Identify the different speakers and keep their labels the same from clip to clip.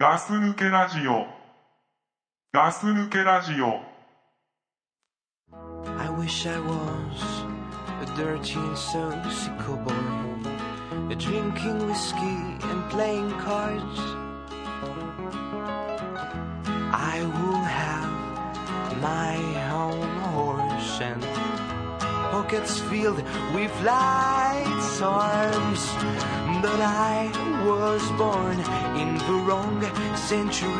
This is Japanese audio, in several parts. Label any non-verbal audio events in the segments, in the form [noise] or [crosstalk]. Speaker 1: ガス抜けラジオ。ガス抜けラジオ。
Speaker 2: I wish I was a dirty and social boy, drinking whiskey and playing cards. I will have my own horse and pockets filled with lights arms. But I was born in the wrong century.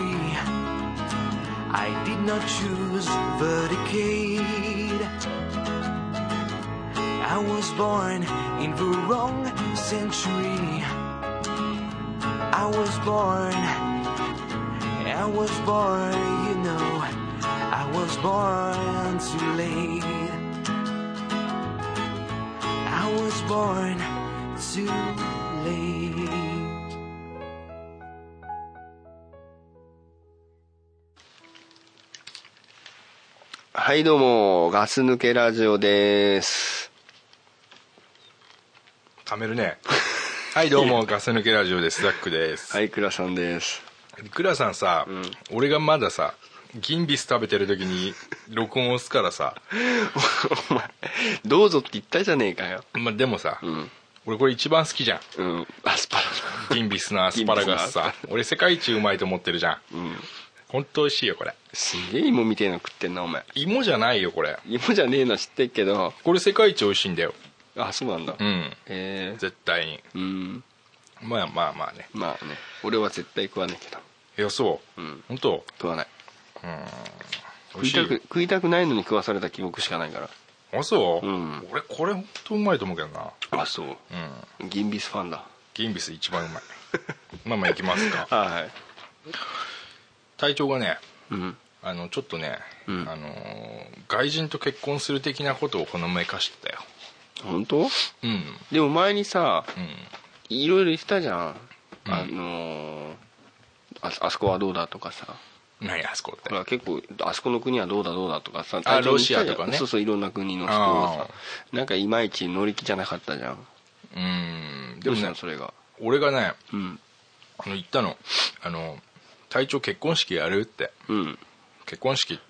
Speaker 2: I did not choose the decade. I was born in the wrong century. I was born. I was born, you know. I was born too late. I was born too late.
Speaker 3: はい、どうも、ガス抜けラジオです。
Speaker 4: 貯めるねはいどうもガス抜けラジオですザックです、
Speaker 3: はい、倉さんです。
Speaker 4: クラさんさ、俺がまださ銀ビス食べてる時に録音押すからさ、
Speaker 3: お前、どうぞって言ったじゃねえかよ。
Speaker 4: まあ、でもさ、
Speaker 3: ん
Speaker 4: 俺これ一番好きじゃん
Speaker 3: うん、アスパラ
Speaker 4: 銀ビスのアスパラガ
Speaker 3: ギン
Speaker 4: ス
Speaker 3: ビスのア
Speaker 4: さ
Speaker 3: ス
Speaker 4: 俺世界一うまいと思ってるじゃん、
Speaker 3: ガ。うん。
Speaker 4: 本当美味しいよこれ
Speaker 3: すげえ芋みてえなの食ってんな、お前。
Speaker 4: 芋じゃないよこれ
Speaker 3: 芋じゃねえの知ってっけど、
Speaker 4: これ世界一美味しいんだよ
Speaker 3: あ、そうなんだ。
Speaker 4: う
Speaker 3: へ
Speaker 4: ん
Speaker 3: え
Speaker 4: 絶対に
Speaker 3: うん。
Speaker 4: まあまあまあね
Speaker 3: まあね、俺は絶対食わねえけど。
Speaker 4: いやそう、
Speaker 3: うん
Speaker 4: 本当
Speaker 3: 食わない。食
Speaker 4: 美味
Speaker 3: い
Speaker 4: しい
Speaker 3: た
Speaker 4: よ
Speaker 3: く、食いたくないのに食わされた記憶しかないから。
Speaker 4: あそう、
Speaker 3: うん
Speaker 4: 俺これ本当うまいと思うけどな
Speaker 3: あ、そう。
Speaker 4: うん
Speaker 3: ギンビスファンだ。
Speaker 4: ギンビス一番うまいまあまあいきますか
Speaker 3: [laughs] はい。
Speaker 4: 体調がね
Speaker 3: うん。
Speaker 4: あのちょっとね、
Speaker 3: うん
Speaker 4: あのー外人と結婚する的なことをほのめかしてたよ
Speaker 3: 本当
Speaker 4: うん
Speaker 3: でも前にさ、
Speaker 4: う
Speaker 3: いろいろ言ってたじゃん、
Speaker 4: うん
Speaker 3: あのーああそこはどうだとかさ
Speaker 4: ん何あそこって
Speaker 3: ほら結構あそこの国はどうだどうだとかさ
Speaker 4: あ
Speaker 3: 大体言ってたじゃん
Speaker 4: ロシアとかね
Speaker 3: そうそういろんな国の人はさ
Speaker 4: あ
Speaker 3: なんかいまいち乗り気じゃなかったじゃん
Speaker 4: うんで
Speaker 3: どう
Speaker 4: も
Speaker 3: した
Speaker 4: ね
Speaker 3: のそれが
Speaker 4: 俺がね
Speaker 3: うん
Speaker 4: あの言ったのあの隊長結婚式やるって
Speaker 3: うん
Speaker 4: 結婚式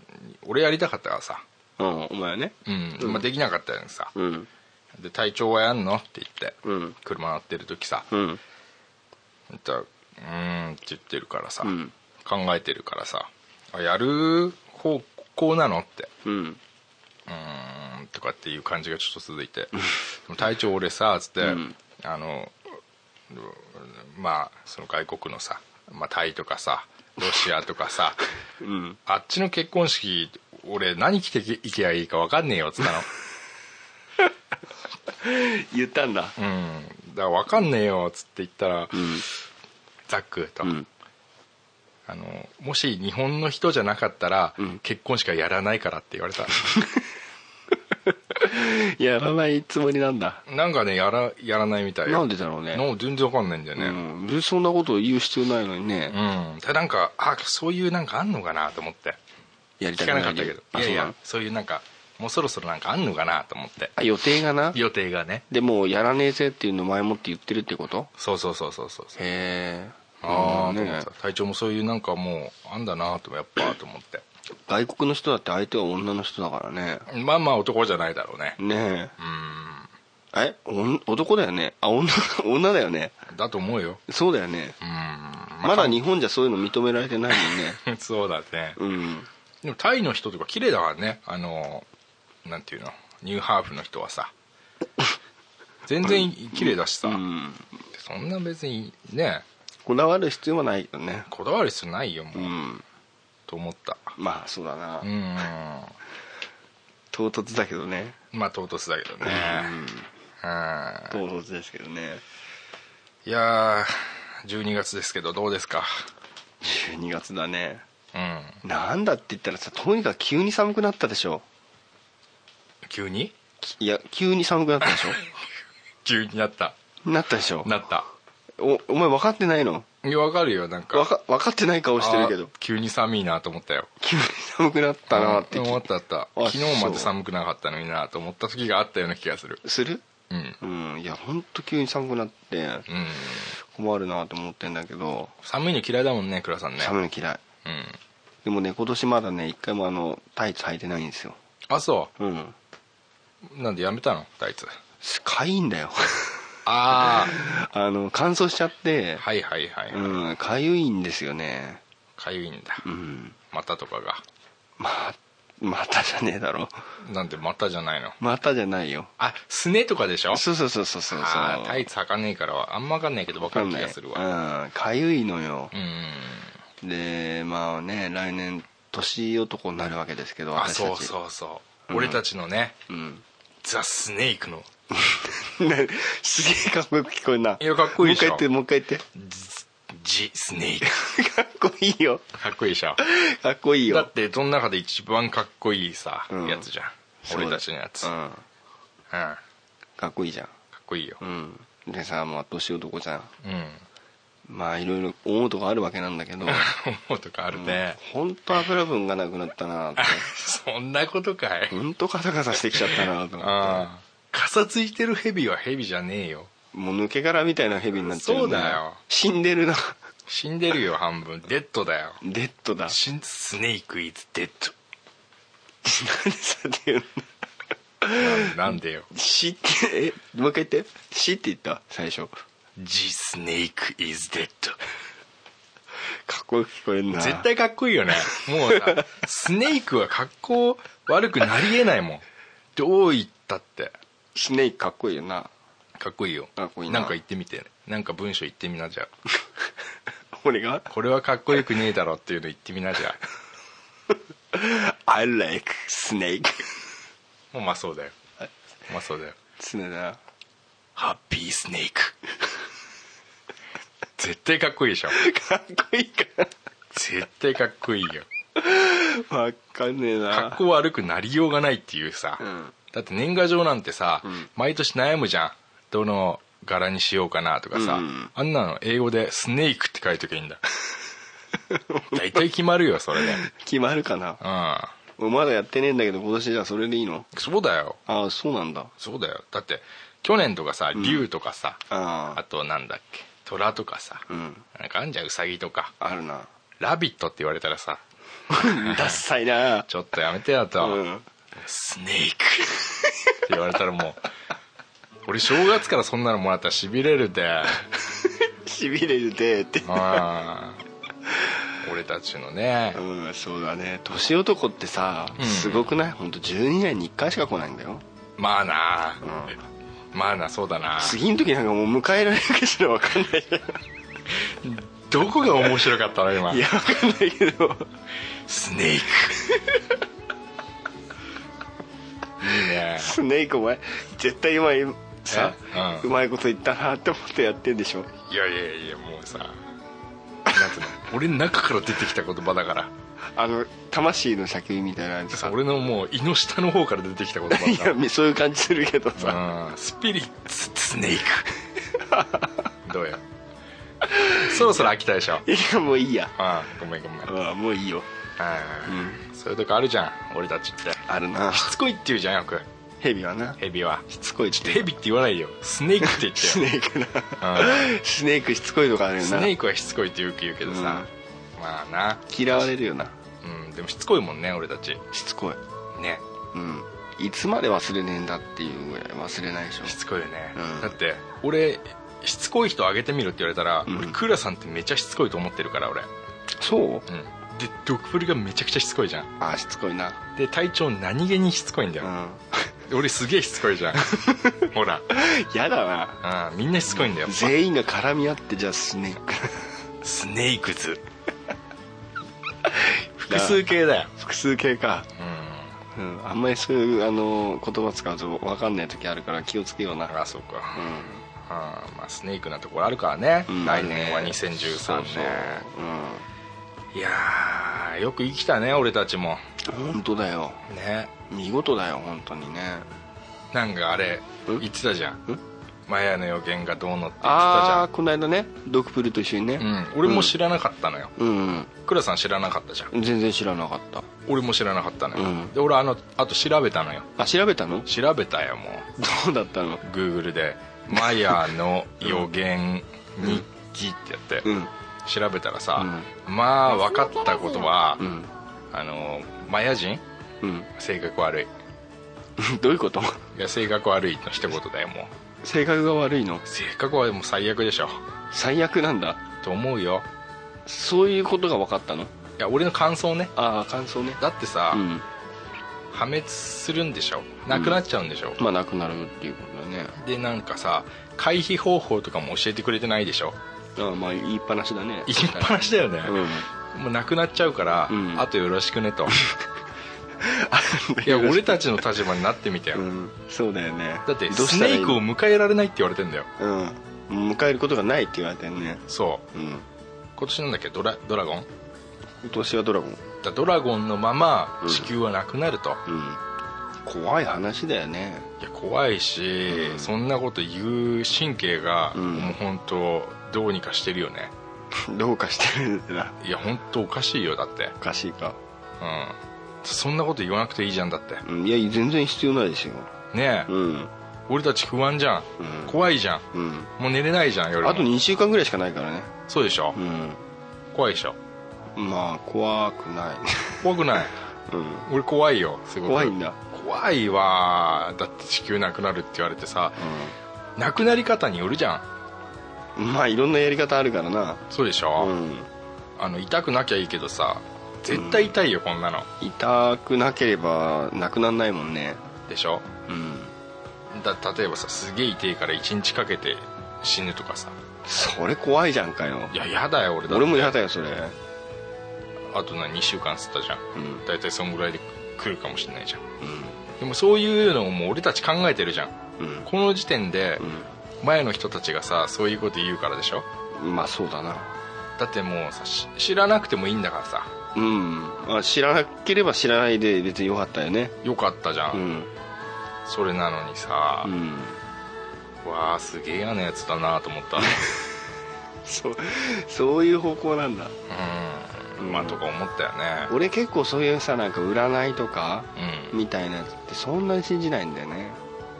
Speaker 4: 俺やりたかったからさ
Speaker 3: うんお前はね
Speaker 4: うん、
Speaker 3: うん
Speaker 4: まあ、できなかったのにさ、
Speaker 3: うん
Speaker 4: で隊長はやんのって言って、
Speaker 3: うん
Speaker 4: 車乗ってる時さ、
Speaker 3: うん
Speaker 4: 言ったらうーんって言ってるからさ、
Speaker 3: うん
Speaker 4: 考えてるからさあやる方向なのって
Speaker 3: うん
Speaker 4: うーんとかっていう感じがちょっと続いて「隊長俺さ」つって、
Speaker 3: うん
Speaker 4: あのうんまあその外国のさ、まあ、タイとかさロシアと
Speaker 3: [laughs]
Speaker 4: かさ
Speaker 3: うん
Speaker 4: あっちの結婚式俺何着ていけばいいか分かんねえよっつっ
Speaker 3: [laughs]
Speaker 4: たの
Speaker 3: 言ったんだ
Speaker 4: うんだから分かんねえよっつって言ったら、
Speaker 3: うん
Speaker 4: ザックと、
Speaker 3: うん
Speaker 4: あのもし日本の人じゃなかったら、
Speaker 3: うん
Speaker 4: 結婚しかやらないからって言われた [laughs]
Speaker 3: やらないつもりなんだ
Speaker 4: なんかねやらやらないみたいよ
Speaker 3: なんでだろうね
Speaker 4: なんか全然分かんないんだよね、
Speaker 3: うん別にそんなことを言う必要ないのにね
Speaker 4: うん、ただなんかあそういうなんかあんのかなと思って
Speaker 3: やりた
Speaker 4: 聞
Speaker 3: くな
Speaker 4: か
Speaker 3: い
Speaker 4: なかったけど
Speaker 3: あ
Speaker 4: いやい
Speaker 3: そうなの
Speaker 4: やそういうなんかもうそろそろなんかあんのかなと思って
Speaker 3: あ予定がな
Speaker 4: 予定がね
Speaker 3: でもうやらねえぜっていうの前もって言ってるってこと
Speaker 4: そうそうそうそうそうそう
Speaker 3: へえ
Speaker 4: ああ、
Speaker 3: ね
Speaker 4: ね、体調もそういうなんかもうあんだなとやっぱと思って
Speaker 3: 外国の人だって相手は女の人だからね
Speaker 4: まあまあ男じゃないだろうね
Speaker 3: ね
Speaker 4: うん
Speaker 3: ええおん男だよねあ女 [laughs] 女だよね
Speaker 4: だと思うよ
Speaker 3: そうだよね
Speaker 4: うん [laughs]
Speaker 3: まだ日本じゃそういうの認められてないもんね
Speaker 4: そうだね
Speaker 3: うん
Speaker 4: でもタイの人とか綺麗だからねあのなんていうのニューハーフの人はさ全然綺麗だしさ、
Speaker 3: うん
Speaker 4: そんな別にね
Speaker 3: こだわる必要はないよね
Speaker 4: こだわる必要ないよもう、
Speaker 3: うん
Speaker 4: と思った
Speaker 3: まあそうだな
Speaker 4: うーん
Speaker 3: 唐突だけどね
Speaker 4: まあ唐突だけどねうん
Speaker 3: 唐突ですけどね
Speaker 4: いやー12月ですけどどうですか
Speaker 3: 12月だね
Speaker 4: うん
Speaker 3: なんだって言ったらさとにかく急に寒くなったでしょ
Speaker 4: 急に
Speaker 3: きいや急に寒くなったでし
Speaker 4: [laughs] 急になった
Speaker 3: ょなったでしょ
Speaker 4: なった
Speaker 3: おお前分かってないの
Speaker 4: いやわかるよなんか
Speaker 3: 分か分かってない顔してるけど
Speaker 4: あー急に寒いなと思ったよ
Speaker 3: 急に寒くなったなって
Speaker 4: うん思ったあった昨日ま
Speaker 3: そう
Speaker 4: で寒くなかったのになと思った時があったような気がする
Speaker 3: する
Speaker 4: うん
Speaker 3: うんいやほんと急に寒くなって
Speaker 4: うん
Speaker 3: 困るなと思ってんだけど
Speaker 4: 寒いの嫌いだもんね倉さんね
Speaker 3: 寒いの嫌い
Speaker 4: うん
Speaker 3: でもね今年まだね一回もあのタイツ履いてないんですよ
Speaker 4: あそ
Speaker 3: うん
Speaker 4: うなんでやめたのタイツ
Speaker 3: すかいんだよ [laughs]
Speaker 4: あ
Speaker 3: あの乾燥しちゃって
Speaker 4: あはいはいはい
Speaker 3: うんかゆいんですよね
Speaker 4: かゆいんだ
Speaker 3: うん
Speaker 4: 股とかが
Speaker 3: まあまたじゃねえだろ
Speaker 4: なんで股じゃないの
Speaker 3: またじゃないよ
Speaker 4: あすねとかでしょ
Speaker 3: そうそうそうそうそうそう
Speaker 4: あータイツ履かねえからはあんま分かんないけど分かる気がするわ
Speaker 3: わうんかゆいのよ
Speaker 4: うん
Speaker 3: でまあね来年年男になるわけですけど私
Speaker 4: あ
Speaker 3: たち
Speaker 4: そうそうそう俺たちのね
Speaker 3: う、うん、
Speaker 4: ザ・スネークの
Speaker 3: [laughs] ねすげえかっこよく聞こえんない
Speaker 4: いやかっこいいでしょ
Speaker 3: もう一回言ってもう一回言っ
Speaker 4: ジ・スネー
Speaker 3: [laughs]
Speaker 4: ク
Speaker 3: てかっこいいよ
Speaker 4: かっこいいでしょ
Speaker 3: かっこいいよ
Speaker 4: だってその中で一番かっこいいさ、
Speaker 3: うん
Speaker 4: やつじゃん
Speaker 3: そう
Speaker 4: 俺たちのやつ、
Speaker 3: う
Speaker 4: うんん、か
Speaker 3: かっこいいじゃん
Speaker 4: っこいいよ
Speaker 3: うんでさまあ年男じゃん
Speaker 4: うん [laughs]
Speaker 3: まあいろいろ思うとこあるわけなんだけど
Speaker 4: 思うとかある [laughs] ね、
Speaker 3: 本当油分がなくなったな
Speaker 4: [laughs]
Speaker 3: って
Speaker 4: そんなことかい、
Speaker 3: 本当カサカサしてきちゃったなと思
Speaker 4: ああかさついてるヘビはヘビじゃねえよ
Speaker 3: ってもう抜け殻みたいなヘビになってるね
Speaker 4: そうだよ
Speaker 3: 死んでるな [laughs]
Speaker 4: 死んでるよ半分デッドだよ
Speaker 3: デッドだ [laughs]
Speaker 4: 死んスネークイズデッ
Speaker 3: なんでさって言うの
Speaker 4: ドなんでよ
Speaker 3: 死ってえもう一回言って死って言った最初
Speaker 4: ジ・スネークイズデッド
Speaker 3: かっこよく聞こえんな
Speaker 4: 絶対かっこいいよねもうさスネークは格好悪くなりえないもんどう言ったって
Speaker 3: スネークかっこいいよな
Speaker 4: かっこいいよ
Speaker 3: かっこいいなん
Speaker 4: か言ってみてなんか文章言ってみなじゃあ
Speaker 3: 俺が
Speaker 4: これはかっこよくねえだろっていうの言ってみなじゃあ
Speaker 3: 「I like snake
Speaker 4: もうまあそうだよまあそうだよ」
Speaker 3: 常だ
Speaker 4: ハッピース
Speaker 3: [laughs]
Speaker 4: ネーク絶対かっこいいでしょ
Speaker 3: かっこいいか
Speaker 4: 絶対かっこいいよ
Speaker 3: らわかんねえな
Speaker 4: 格好悪くなりようがないっていうさ、
Speaker 3: うん
Speaker 4: だって年賀状なんてさ、
Speaker 3: ん
Speaker 4: 毎年悩むじゃんどの柄にしようかなとかさ、
Speaker 3: うん
Speaker 4: あんなの英語で「スネーク」って書いときゃいいん
Speaker 3: [laughs]
Speaker 4: だ大体決まるよそれで
Speaker 3: 決まるかな
Speaker 4: うん
Speaker 3: 俺まだやってねえんだけど今年じゃあそれでいいの
Speaker 4: そうだよ
Speaker 3: ああそうなんだ
Speaker 4: そうだよだって去年とかさ竜とかさ、
Speaker 3: あ
Speaker 4: あとなんだっけ虎とかさ、
Speaker 3: あうん
Speaker 4: なんかあんじゃんウサギとか
Speaker 3: あるな
Speaker 4: 「ラビット」って言われたらさ
Speaker 3: ダッサいな
Speaker 4: ちょっとやめてよと、
Speaker 3: うん
Speaker 4: スネークって言われたらもう俺正月からそんなのもらったらしびれるで
Speaker 3: しびれるでって
Speaker 4: [laughs] あー俺たちのね
Speaker 3: うんそうだね年男ってさ
Speaker 4: うん
Speaker 3: すごくない本当12年に1回しか来ないんだよ
Speaker 4: まあな、まあなそうだな
Speaker 3: 次の時なんかもう迎えられるかしらわかんないじ
Speaker 4: どこが面白かったの今
Speaker 3: ゃんいやわかんないけど
Speaker 4: ス [laughs] ネークいいね
Speaker 3: スネークお前絶対今さ、
Speaker 4: えう
Speaker 3: うんまいこと言ったなって思ってやってんでしょ
Speaker 4: いやいやいやもうさなんつうの俺の中から出てきた言葉だから
Speaker 3: あの魂の叫びみたいなやつさ
Speaker 4: 俺のもう胃の下の方から出てきた言葉
Speaker 3: [laughs]
Speaker 4: だ
Speaker 3: い
Speaker 4: から
Speaker 3: やそういう感じするけどさ、
Speaker 4: うんスピリッツスネー
Speaker 3: [laughs]
Speaker 4: クどうやそろそろ飽きたでしょ
Speaker 3: いやもういいや、
Speaker 4: ああごめんごめんあ
Speaker 3: うんもういいよ
Speaker 4: あ、そういうとこあるじゃん俺たちって
Speaker 3: あるな
Speaker 4: しつこいって言うじゃんよく
Speaker 3: ヘビはな
Speaker 4: ヘビは
Speaker 3: しつこいっ
Speaker 4: ちょっ
Speaker 3: て
Speaker 4: とヘビって言わないよスネークって言
Speaker 3: [laughs]
Speaker 4: っ
Speaker 3: ス
Speaker 4: て
Speaker 3: ネ
Speaker 4: よ
Speaker 3: ークな
Speaker 4: う
Speaker 3: スネークしつこいとかあるよ
Speaker 4: ス
Speaker 3: な
Speaker 4: ネークはしつこいってよく言うけどさ、まあな
Speaker 3: 嫌われるよな
Speaker 4: うんでもしつこいもんね俺たち
Speaker 3: しつこい
Speaker 4: ね
Speaker 3: うんいつまで忘れねえんだっていうぐらい忘れないでしょ
Speaker 4: しつこいよね、
Speaker 3: うん
Speaker 4: だって俺しつこい人あげてみろって言われたら、
Speaker 3: ん
Speaker 4: 俺クーラさんってめちゃしつこいと思ってるから俺
Speaker 3: そう
Speaker 4: うんでドクプリがめちゃくちゃしつこいじゃん
Speaker 3: あしつこいな
Speaker 4: で隊長何気にしつこいんだ
Speaker 3: う
Speaker 4: よ、
Speaker 3: ん
Speaker 4: 俺すげえしつこいじゃんほら
Speaker 3: [laughs] やだな
Speaker 4: あーみんなしつこいんだよ
Speaker 3: 全員が絡み合ってじゃあスネーク
Speaker 4: スネークズ複数形だよ
Speaker 3: 複数形か
Speaker 4: うん
Speaker 3: うんあんまりそういうあの言葉使うと分かんない時あるから気をつけような
Speaker 4: あそうか、
Speaker 3: うん
Speaker 4: あーまあスネークなところあるからね、
Speaker 3: うん
Speaker 4: 来年は2013年いやーよく生きたね俺たちも
Speaker 3: うん本当だよ
Speaker 4: ね
Speaker 3: 見事だよ本当にね
Speaker 4: なんかあれ
Speaker 3: ん
Speaker 4: 言ってたじゃん
Speaker 3: ん
Speaker 4: マヤの予言がどうのって言って
Speaker 3: ああ
Speaker 4: た
Speaker 3: この間ねドクプルと一緒にね
Speaker 4: じゃん、うん、俺も知らなかったのよ、
Speaker 3: うん、
Speaker 4: クラさん知らなかったじゃん
Speaker 3: 全然知らなかった
Speaker 4: 俺も知らなかったのよ、
Speaker 3: うん
Speaker 4: で俺あのあと調べたのよ
Speaker 3: あ調べたの [laughs]
Speaker 4: 調べたよも
Speaker 3: ど
Speaker 4: う
Speaker 3: うだったの
Speaker 4: Google で「マヤの予言日記」ってやって、
Speaker 3: うん
Speaker 4: 調べたらさ、まあ分かったことは、
Speaker 3: うん
Speaker 4: あのマヤ人
Speaker 3: うん
Speaker 4: 性格悪い
Speaker 3: [laughs] どういうこと
Speaker 4: いや性格悪いの一言だよも
Speaker 3: 性格が悪いの
Speaker 4: う性格はもう最悪でしょ
Speaker 3: 最悪なんだ
Speaker 4: と思うよ
Speaker 3: そういうことが分かったの
Speaker 4: いや俺の感想ね
Speaker 3: ああ感想ね
Speaker 4: だってさ、
Speaker 3: うん
Speaker 4: 破滅するんでしょなくなっちゃうんでしょ、
Speaker 3: まあなくなるっていうことだね
Speaker 4: でなんかさ回避方法とかも教えてくれてないでしょ
Speaker 3: ああまあ言いっぱなしだね
Speaker 4: 言いっぱなしだよね、
Speaker 3: [laughs] うん
Speaker 4: もうなくなっちゃうから、
Speaker 3: うん
Speaker 4: あとよろしく
Speaker 3: [laughs]
Speaker 4: ねといや俺たちの立場になってみてよ、
Speaker 3: うんそうだよね
Speaker 4: だって
Speaker 3: どう
Speaker 4: ス
Speaker 3: したらい
Speaker 4: ネ
Speaker 3: いの
Speaker 4: ークを迎えられないって言われてんだよ
Speaker 3: うん迎えることがないって言われてるね
Speaker 4: そう
Speaker 3: うん
Speaker 4: 今年なんだっけドラドラゴン
Speaker 3: 今年はドラゴン
Speaker 4: だドラゴンのまま
Speaker 3: うん
Speaker 4: 地球はなくなると、
Speaker 3: うん怖い話だよね [laughs]
Speaker 4: いや怖いし、
Speaker 3: うん
Speaker 4: そんなこと言う神経が、
Speaker 3: うん
Speaker 4: もう本当どうにかしてるよね
Speaker 3: どうかしてるんだない
Speaker 4: や本当おかしいよだってうん
Speaker 3: おかしいか、
Speaker 4: そんなこと言わなくていいじゃんだって
Speaker 3: うん、いや全然必要ないですよ
Speaker 4: ねえ、
Speaker 3: うん
Speaker 4: 俺たち不安じゃ
Speaker 3: う
Speaker 4: ん、
Speaker 3: ん
Speaker 4: 怖いじゃん
Speaker 3: うん
Speaker 4: もう寝れないじゃん夜も
Speaker 3: あと2週間ぐらいしかないからね
Speaker 4: そうでしょ、
Speaker 3: う
Speaker 4: 怖いでしょ
Speaker 3: んまあ怖くない、 [laughs]
Speaker 4: 怖くない
Speaker 3: うん、
Speaker 4: 俺怖いよすごく
Speaker 3: 怖いんだ、
Speaker 4: 怖いわだって地球なくなるって言われてさなくなり方によるじゃん
Speaker 3: うん、まあいろんなやり方あるからな
Speaker 4: そうでし
Speaker 3: う
Speaker 4: ょ、
Speaker 3: ん
Speaker 4: あの痛くなきゃいいけどさ絶対痛いよこんなの
Speaker 3: 痛くなければなくならないもんね
Speaker 4: でしょ
Speaker 3: うん
Speaker 4: だ例えばさすげえ痛いから1日かけて死ぬとかさ
Speaker 3: それ怖いじゃんかよ
Speaker 4: いややだよ俺だって
Speaker 3: 俺も嫌だよそれ
Speaker 4: あとな2週間吸ったじゃん
Speaker 3: うん
Speaker 4: 大体そんぐらいで来るかもしれないじゃんでもそういうのをもう俺たち考えてるじゃん
Speaker 3: うんうん
Speaker 4: この時点で前の人たちがさそういうこと言うからでしょ
Speaker 3: うんまあそうだな
Speaker 4: だってもうさし知らなくてもいいんだからさ
Speaker 3: うん、まあ、知らなければ知らないで別によかったよね
Speaker 4: よかったじゃん、
Speaker 3: うん
Speaker 4: それなのにさ
Speaker 3: う、ん
Speaker 4: わあすげえ嫌なやつだなと思った
Speaker 3: そうそういう方向なんだ [laughs]
Speaker 4: うんまあとか思ったよね
Speaker 3: 俺結構そういうさなんか占いとか
Speaker 4: うん
Speaker 3: みたいなやつってそんなに信じないんだよね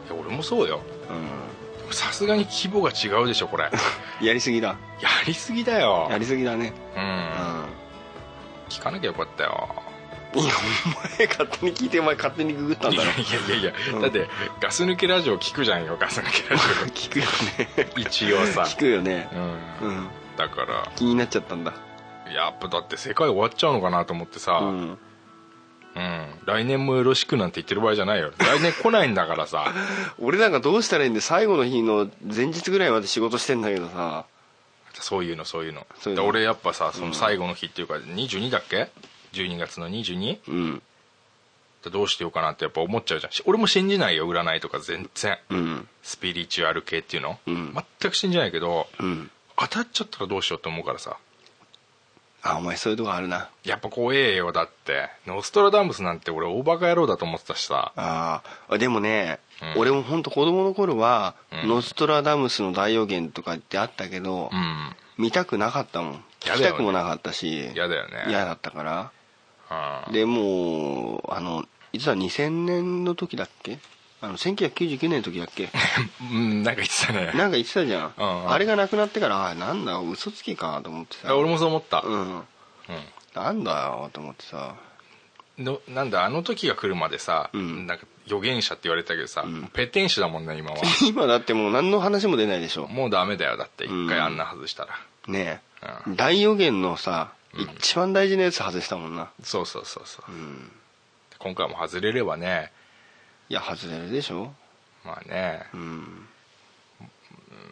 Speaker 4: いや俺もそうよ
Speaker 3: う
Speaker 4: でもさすがに規模が違うでしょこ
Speaker 3: [laughs]
Speaker 4: れや
Speaker 3: んやりすぎだ
Speaker 4: りすぎだよ
Speaker 3: やりすぎだね
Speaker 4: うん
Speaker 3: うん
Speaker 4: 聞かなきゃよかったよ
Speaker 3: いやお前勝手に聞いてお前勝手にググったん
Speaker 4: いや
Speaker 3: だ
Speaker 4: い
Speaker 3: ろ
Speaker 4: やいやい
Speaker 3: うん
Speaker 4: やだってガス抜けラジオ聞くじゃんよガス抜けラジ
Speaker 3: 聞くよね
Speaker 4: オ一応さ
Speaker 3: [laughs] 聞くよね
Speaker 4: う
Speaker 3: うんん
Speaker 4: だから
Speaker 3: 気になっちゃったんだ
Speaker 4: やっぱだって世界終わっちゃうのかなと思ってさ、
Speaker 3: う
Speaker 4: うん
Speaker 3: ん
Speaker 4: 来年もよろしくなんて言ってる場合じゃないよ来年来ないんだからさ [laughs]
Speaker 3: 俺なんかどうしたらいいんで最後の日の前日ぐらいまで仕事してんだけどさ
Speaker 4: そういうのそういうの
Speaker 3: そういう
Speaker 4: で
Speaker 3: の
Speaker 4: 俺やっぱさその最後の日っていうか22だっけ12月の 22?
Speaker 3: うん
Speaker 4: どうしてようかなってやっぱ思っちゃうじゃんし俺も信じないよ占いとか全然
Speaker 3: うん
Speaker 4: スピリチュアル系っていうの、
Speaker 3: うん
Speaker 4: 全く信じないけど
Speaker 3: うん
Speaker 4: 当たっちゃったらどうしようって思うからさ
Speaker 3: あお前そういうとこあるな
Speaker 4: やっぱ怖えよだってノストラダムスなんて俺大バカ野郎だと思ってたしさ
Speaker 3: あーでもね、
Speaker 4: うん
Speaker 3: 俺も本当子供の頃は、
Speaker 4: うん
Speaker 3: ノストラダムスの大予言とかってあったけど、
Speaker 4: うん
Speaker 3: 見たくなかったもん聞
Speaker 4: やだよね
Speaker 3: きたくもなかったし
Speaker 4: 嫌だよね
Speaker 3: 嫌だったから
Speaker 4: うん
Speaker 3: でもうあのいつだ2000年の時だっけあの1999年の時だっ
Speaker 4: [laughs]
Speaker 3: け
Speaker 4: うんなんか言ってたね
Speaker 3: なんか言ってたじゃん
Speaker 4: うんうん
Speaker 3: あれがなくなってからあなんだ嘘つきかと思ってさ
Speaker 4: あ俺もそう思った、
Speaker 3: うん
Speaker 4: うん
Speaker 3: なんだよと思ってさ [laughs]
Speaker 4: のなんだあの時が来るまでさ、
Speaker 3: うん
Speaker 4: なんか預言者って言われてたけどさ、
Speaker 3: ん
Speaker 4: ペテン師だもんね
Speaker 3: [laughs]
Speaker 4: 今は
Speaker 3: 今だってもう何の話も出ないでしょ
Speaker 4: もうダメだよだって一
Speaker 3: う
Speaker 4: 回
Speaker 3: ん
Speaker 4: あんな外したら、
Speaker 3: ねえ、
Speaker 4: う
Speaker 3: 大予言のさ一番大事なやつ外したもんな
Speaker 4: そうそうそうそう、
Speaker 3: うん
Speaker 4: 今回も外れればね
Speaker 3: いや外れるでしょ
Speaker 4: まあね、
Speaker 3: うん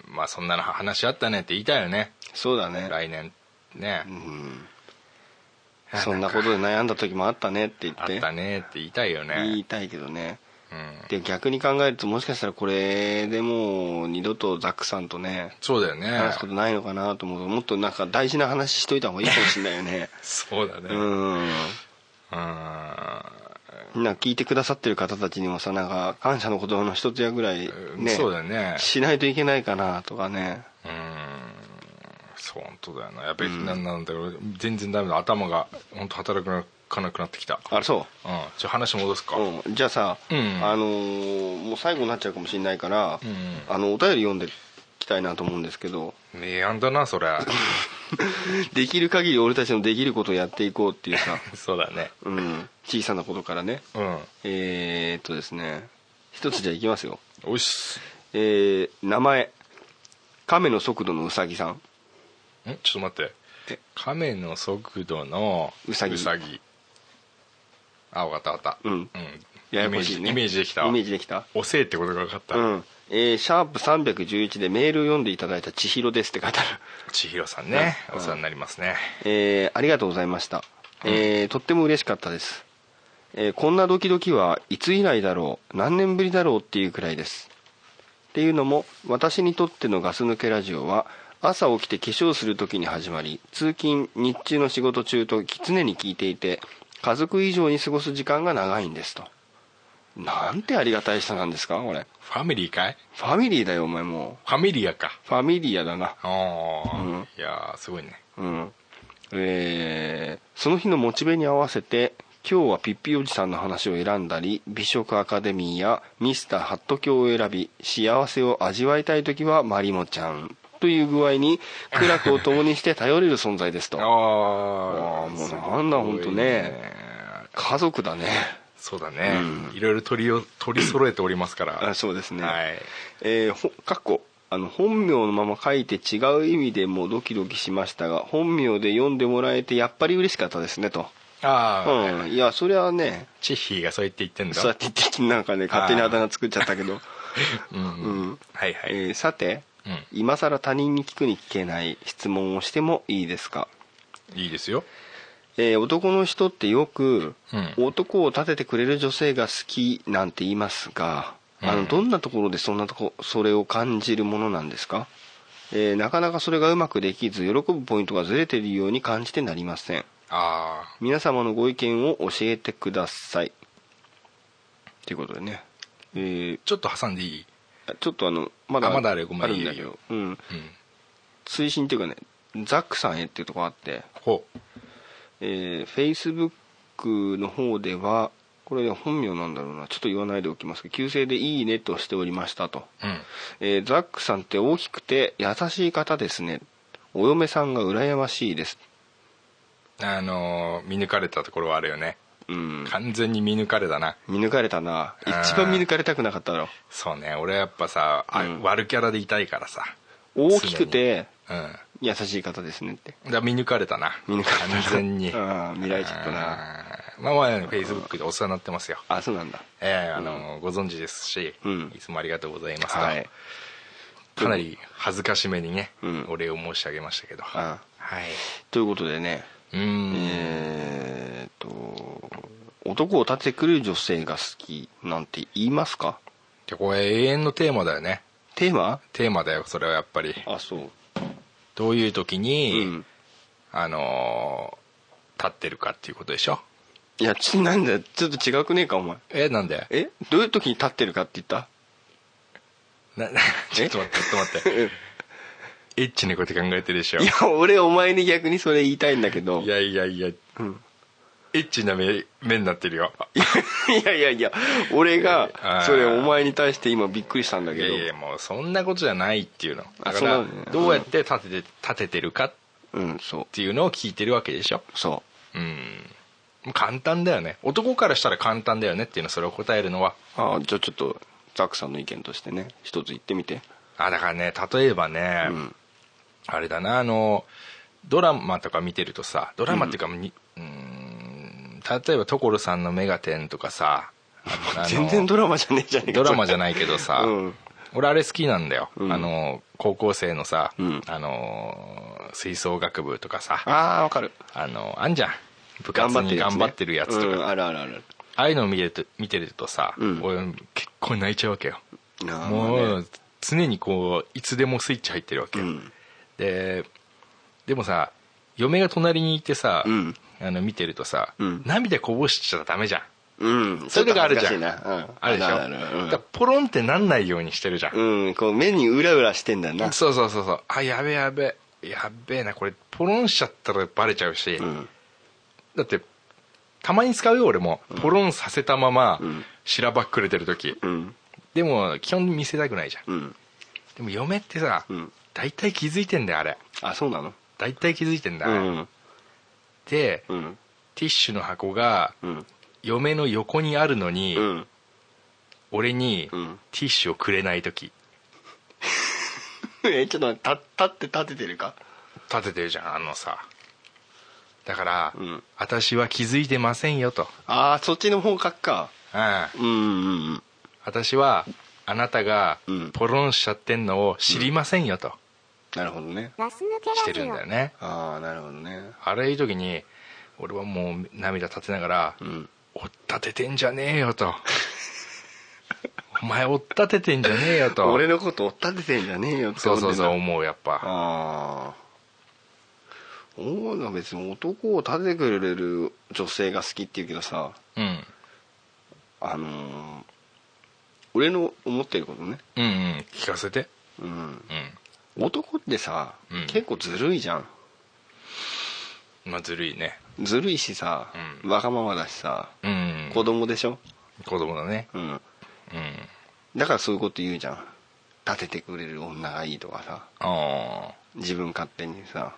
Speaker 4: まあそんなの話し合ったねって言いたいよね
Speaker 3: そうだね
Speaker 4: 来年ね、
Speaker 3: うん
Speaker 4: あ
Speaker 3: そんなことで悩んだ時もあったねって言っ
Speaker 4: あってたねって言いたいよね
Speaker 3: 言いたいけどね
Speaker 4: うん、
Speaker 3: で逆に考えるともしかしたらこれでもう二度とザックさんとね
Speaker 4: そうだよね
Speaker 3: 話すことないのかなと思うともっとなんか大事な話
Speaker 4: [laughs]
Speaker 3: しといた方がいいかもしれないよね
Speaker 4: そうだね
Speaker 3: う
Speaker 4: う
Speaker 3: んな
Speaker 4: ん
Speaker 3: んか聞いてくださってる方たちにもさなんか感謝の言葉の一つやぐらい
Speaker 4: うん
Speaker 3: ね
Speaker 4: そうだよね
Speaker 3: しないといけないかなとかね
Speaker 4: うんそう本当だよなやべえ、なんなんだろう全然ダメだ頭が本当働かなくなってきた
Speaker 3: あれそ
Speaker 4: うんじゃあ話戻すか
Speaker 3: う、うん、じゃあさ、
Speaker 4: うん
Speaker 3: あのーもう最後になっちゃうかもしれないから、
Speaker 4: うん
Speaker 3: あのお便り読んでいきたいなと思うんですけど
Speaker 4: 名案だなそ
Speaker 3: [laughs]
Speaker 4: れ
Speaker 3: できる限り俺たちのできることをやっていこうっていうさ、
Speaker 4: そうだね
Speaker 3: うん、小さなことからね
Speaker 4: うん
Speaker 3: えー、っとですね一つじゃあいきますよ
Speaker 4: おいっす
Speaker 3: えー、名前亀の速度のうさぎさん
Speaker 4: んちょっと待っ
Speaker 3: え
Speaker 4: て亀の速度の
Speaker 3: うさぎ
Speaker 4: あ分かった分かった
Speaker 3: うんややこしいね
Speaker 4: イメージイメージできた
Speaker 3: イメージできた
Speaker 4: 遅えってことが分かった、
Speaker 3: うんえーシャープ311でメールを読んでいただいた千尋ですって書いてある、
Speaker 4: 千尋さんね、
Speaker 3: うん
Speaker 4: お世話になりますね
Speaker 3: えーありがとうございました、えーとっても嬉しかったです、えーこんなドキドキはいつ以来だろう何年ぶりだろうっていうくらいですっていうのも私にとってのガス抜けラジオは朝起きて化粧する時に始まり通勤日中の仕事中と常に聞いていて家族以上に過ごす時間が長いんですとなんてありがたい人なんですかこれ
Speaker 4: ファミリーかい
Speaker 3: ファミリーだよお前も
Speaker 4: ファミリアか
Speaker 3: うファミリアだな
Speaker 4: ああ、
Speaker 3: うん
Speaker 4: いやーすごいね
Speaker 3: うんえーその日のモチベに合わせて今日はピッピおじさんの話を選んだり美食アカデミーやミスターハット教を選び幸せを味わいたい時はマリモちゃんという具合に苦楽を共にして頼れる存在です [laughs] と
Speaker 4: あ
Speaker 3: あーもうなんだほんとね家族だね
Speaker 4: そうだね、いろいろ取りを取り揃えておりますから
Speaker 3: あそうですね
Speaker 4: はい
Speaker 3: えーほかっこあの本名のまま書いて違う意味でもドキドキしましたが本名で読んでもらえてやっぱり嬉しかったですねと、
Speaker 4: ああ、
Speaker 3: うん、いやそれはね
Speaker 4: チッヒーがそう言って言ってんだ
Speaker 3: そうやって言ってなんかね勝手にあだ名作っちゃったけど、
Speaker 4: [laughs] うんうん
Speaker 3: うん
Speaker 4: はいはい、
Speaker 3: えーさて、
Speaker 4: うん
Speaker 3: 今さら他人に聞くに聞けない質問をしてもいいですか、
Speaker 4: いいですよ
Speaker 3: えー男の人ってよく、
Speaker 4: うん
Speaker 3: 男を立ててくれる女性が好きなんて言いますがあ
Speaker 4: うん
Speaker 3: のどんなところでそんなとこそれを感じるものなんですか、えーなかなかそれがうまくできず喜ぶポイントがずれているように感じてなりません
Speaker 4: ああ
Speaker 3: 皆様のご意見を教えてくださいということでね、えー
Speaker 4: ちょっと挟んでいい、
Speaker 3: ちょっとあのまだ
Speaker 4: あまだあるごめん
Speaker 3: るんだ
Speaker 4: いい
Speaker 3: け
Speaker 4: よ
Speaker 3: ど、うん、
Speaker 4: うん、
Speaker 3: 推進っていうかねザックさんへっていうとこあって、
Speaker 4: ほう
Speaker 3: えー、Facebook の方ではこれね本名なんだろうなちょっと言わないでおきますけど旧姓で「いいね」としておりましたと、
Speaker 4: うん
Speaker 3: えーザックさんって大きくて優しい方ですねお嫁さんが羨ましいです
Speaker 4: あのー見抜かれたところはあるよね
Speaker 3: うん
Speaker 4: 完全に見抜かれたな
Speaker 3: 見抜かれたな
Speaker 4: あー
Speaker 3: 一番見抜かれたくなかっただろ
Speaker 4: そうね俺はやっぱさ、あ
Speaker 3: うん
Speaker 4: 悪キャラでいたいからさ
Speaker 3: 大きくて
Speaker 4: うん
Speaker 3: 優しい方ですねって
Speaker 4: だから見抜かれたな
Speaker 3: 見抜かれたな
Speaker 4: 完全に
Speaker 3: あー見られちゃったな
Speaker 4: あーまあまあフェイスブックでお世話になってますよ
Speaker 3: あそうなんだ
Speaker 4: ええあのご存知ですし、
Speaker 3: うん
Speaker 4: いつもありがとうございますと、
Speaker 3: はい
Speaker 4: かなり恥ずかしめにね、
Speaker 3: うん
Speaker 4: お礼を申し上げましたけど、
Speaker 3: あ
Speaker 4: はい
Speaker 3: ということでね
Speaker 4: うーん、
Speaker 3: えーっと男を立ててくれる女性が好きなんて言いますか
Speaker 4: でこれ永遠のテーマだよね
Speaker 3: テーマ
Speaker 4: テーマだよそれはやっぱり
Speaker 3: あそう、
Speaker 4: どういう時
Speaker 3: う
Speaker 4: に、
Speaker 3: ん、
Speaker 4: あのー立ってるかっていうことでしょ
Speaker 3: いやちなんだよちょっと違くねえかお前
Speaker 4: えなんで
Speaker 3: えどういう時に立ってるかって言った
Speaker 4: なな [laughs] ちょっと待ってちょっと待ってエッチなこと考えてるでしょ
Speaker 3: いや俺お前に逆にそれ言いたいんだけど
Speaker 4: いやいやいや、
Speaker 3: うん
Speaker 4: エッチな目目になってるよ
Speaker 3: いやいやいや俺
Speaker 4: あ
Speaker 3: が
Speaker 4: ー
Speaker 3: それお前に対して今びっくりしたんだ
Speaker 4: い
Speaker 3: け
Speaker 4: や
Speaker 3: ど
Speaker 4: いやもうそんなことじゃないっていうの
Speaker 3: あ
Speaker 4: だか
Speaker 3: そうな
Speaker 4: ら
Speaker 3: のね
Speaker 4: どうやって立てて立ててるかっ
Speaker 3: うんそう
Speaker 4: ていうのを聞いてるわけでしょ
Speaker 3: そ
Speaker 4: うんもう簡単だよね男からしたら簡単だよねっていうのそれを答えるのは
Speaker 3: うあじゃあちょっとザックさんの意見としてね一つ言ってみて
Speaker 4: あだからね例えばね、
Speaker 3: うん
Speaker 4: あれだなあのドラマとか見てるとさドラマっていうか、にうーん例えば所さんの『メガテン』とかさあの
Speaker 3: 全然ドラマじゃねえじゃねえか
Speaker 4: ドラマじゃ
Speaker 3: い
Speaker 4: ないけどさ、
Speaker 3: [laughs] うん
Speaker 4: 俺あれ好きなんだよ、
Speaker 3: うん
Speaker 4: あの高校生のさ、
Speaker 3: うん
Speaker 4: あの吹奏楽部とかさあ
Speaker 3: ああわかる
Speaker 4: のあんじゃん部活に頑張ってるやつとか、
Speaker 3: うん
Speaker 4: あ
Speaker 3: あるあるある
Speaker 4: あいうのを見てると見てるとさ、
Speaker 3: うん
Speaker 4: 俺結構泣いちゃうわけよ
Speaker 3: なあ
Speaker 4: も
Speaker 3: まあね
Speaker 4: う常にこういつでもスイッチ入ってるわけよ、
Speaker 3: うん
Speaker 4: ででもさ嫁が隣にいてさ、
Speaker 3: うん
Speaker 4: あの見てるとさ、
Speaker 3: うん
Speaker 4: 涙こぼしちゃダメじゃん
Speaker 3: うん
Speaker 4: それがあるじゃん、
Speaker 3: ちょっと恥ずかしいなうん
Speaker 4: あるでしょ
Speaker 3: あるあるあるうん
Speaker 4: だからポロンってなんないようにしてるじゃん、
Speaker 3: うんこう目にうらうらしてんだな
Speaker 4: そうそうそうそうあやべやべやべえなこれポロンしちゃったらバレちゃうし、
Speaker 3: ん
Speaker 4: だってたまに使うよ俺もポロンさせたまま、
Speaker 3: ん
Speaker 4: しらばっくれてる時、
Speaker 3: うん
Speaker 4: でも基本見せたくないじゃん、
Speaker 3: うん
Speaker 4: でも嫁ってさ、
Speaker 3: うん
Speaker 4: 大体気づいてんだよあれ
Speaker 3: あそうなの
Speaker 4: 大体気づいてんだ、
Speaker 3: う
Speaker 4: あれ
Speaker 3: ん
Speaker 4: で、
Speaker 3: うん
Speaker 4: ティッシュの箱が
Speaker 3: うん
Speaker 4: 嫁の横にあるのに、
Speaker 3: うん
Speaker 4: 俺にテ
Speaker 3: う
Speaker 4: ィ
Speaker 3: ん
Speaker 4: ッシュをくれない時
Speaker 3: えちょっと待ってた立って立ててるか
Speaker 4: 立ててるじゃんあのさだから、
Speaker 3: うん
Speaker 4: 私は気づいてませんよと、
Speaker 3: ああそっちの方角か
Speaker 4: うん、
Speaker 3: うんうんうん
Speaker 4: 私はあなたが
Speaker 3: うん
Speaker 4: ポロンしちゃってんのを知りませんよと
Speaker 3: なるほどね
Speaker 5: ガス抜
Speaker 4: し
Speaker 5: け
Speaker 4: てる
Speaker 5: ラジ
Speaker 4: んだよ
Speaker 5: オ
Speaker 4: ね、
Speaker 3: ああなるほどね
Speaker 4: あれいい時に俺はもう涙立てながら
Speaker 3: うん
Speaker 4: 「追っ立ててんじゃねえよ」と [laughs] 「お前追っ立ててんじゃねえよ」
Speaker 3: [laughs]
Speaker 4: と
Speaker 3: 俺のこと追っ立ててんじゃねえよって
Speaker 4: そ
Speaker 3: 思
Speaker 4: う
Speaker 3: って
Speaker 4: そ
Speaker 3: んだ
Speaker 4: うそう思うやっぱ
Speaker 3: ああ俺は別に男を立ててくれる女性が好きって言うけどさ
Speaker 4: うん
Speaker 3: あのー俺の思ってることね、
Speaker 4: うんうん聞かせて
Speaker 3: うん、
Speaker 4: う
Speaker 3: 男ってさ、
Speaker 4: うん
Speaker 3: 結構ずるいじゃん
Speaker 4: んまあずるいね
Speaker 3: ずるいしさ、
Speaker 4: うん
Speaker 3: わがままだしさ
Speaker 4: うん
Speaker 3: 子供でしょ、
Speaker 4: 子供だね
Speaker 3: うん、
Speaker 4: うん
Speaker 3: だからそういうこと言うじゃん立ててくれる女がいいとかさ
Speaker 4: ああ
Speaker 3: 自分勝手にさ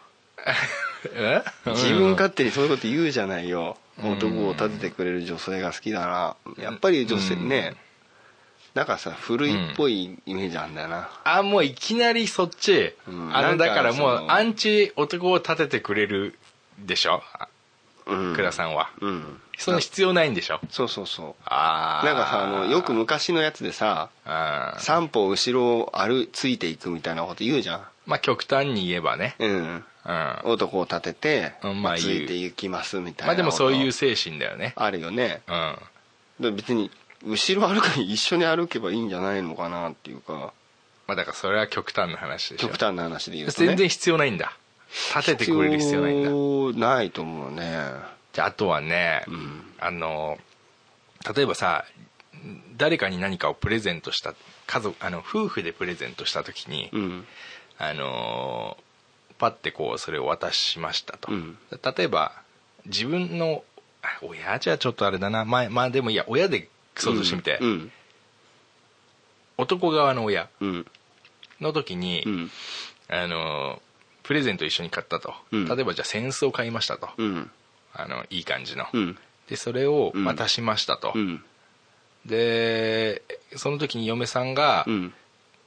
Speaker 4: え
Speaker 3: 自分勝手にそういうこと言うじゃないよ、
Speaker 4: うん
Speaker 3: 男を立ててくれる女性が好きならやっぱり女性ね、なんかさ古いっぽいイメージあんだよな、
Speaker 4: あもういきなりそっち、
Speaker 3: うん
Speaker 4: あ
Speaker 3: な
Speaker 4: の
Speaker 3: んか
Speaker 4: だからも
Speaker 3: そう
Speaker 4: アンチ男を立ててくれるでしょ
Speaker 3: うん、
Speaker 4: 倉、さんは、
Speaker 3: うん
Speaker 4: その必要ないんでしょ
Speaker 3: そうそうそう
Speaker 4: ああ
Speaker 3: なんかさあのよく昔のやつでさ
Speaker 4: あー
Speaker 3: 三歩後ろを歩ついていくみたいなこと言うじゃん
Speaker 4: まあ極端に言えばね
Speaker 3: うん
Speaker 4: うんま
Speaker 3: 男を立てて、
Speaker 4: うん
Speaker 3: ま
Speaker 4: ま
Speaker 3: あ、
Speaker 4: あ
Speaker 3: つ
Speaker 4: 言う
Speaker 3: いていきますみたいな
Speaker 4: あでもそういう
Speaker 3: こと
Speaker 4: 精神だよね
Speaker 3: あるよね
Speaker 4: うん
Speaker 3: で別に後ろ歩くに一緒に歩けばいいんじゃないのかなっていうか
Speaker 4: まあだからそれは極端な話でしょ
Speaker 3: 極端な話で言うと、ね、
Speaker 4: 全然必要ないんだ立ててくれる必要ないんだ
Speaker 3: 必要ないと思うね
Speaker 4: じゃああとはね、
Speaker 3: ん
Speaker 4: あの例えばさ誰かに何かをプレゼントした家族あの夫婦でプレゼントした時に、
Speaker 3: うん
Speaker 4: あのパッてこうそれを渡しましたと、
Speaker 3: うん
Speaker 4: 例えば自分のあ親じゃちょっとあれだな前まあでもいいや親で想像してみて、
Speaker 3: うん
Speaker 4: 男側の親
Speaker 3: うん
Speaker 4: の時に、
Speaker 3: うん
Speaker 4: あのプレゼント一緒に買ったと、
Speaker 3: うん
Speaker 4: 例えばじゃあ扇子を買いましたと、
Speaker 3: うん
Speaker 4: あのいい感じの、
Speaker 3: うん
Speaker 4: でそれを渡しましたと、
Speaker 3: うん
Speaker 4: でその時に嫁さんが
Speaker 3: うん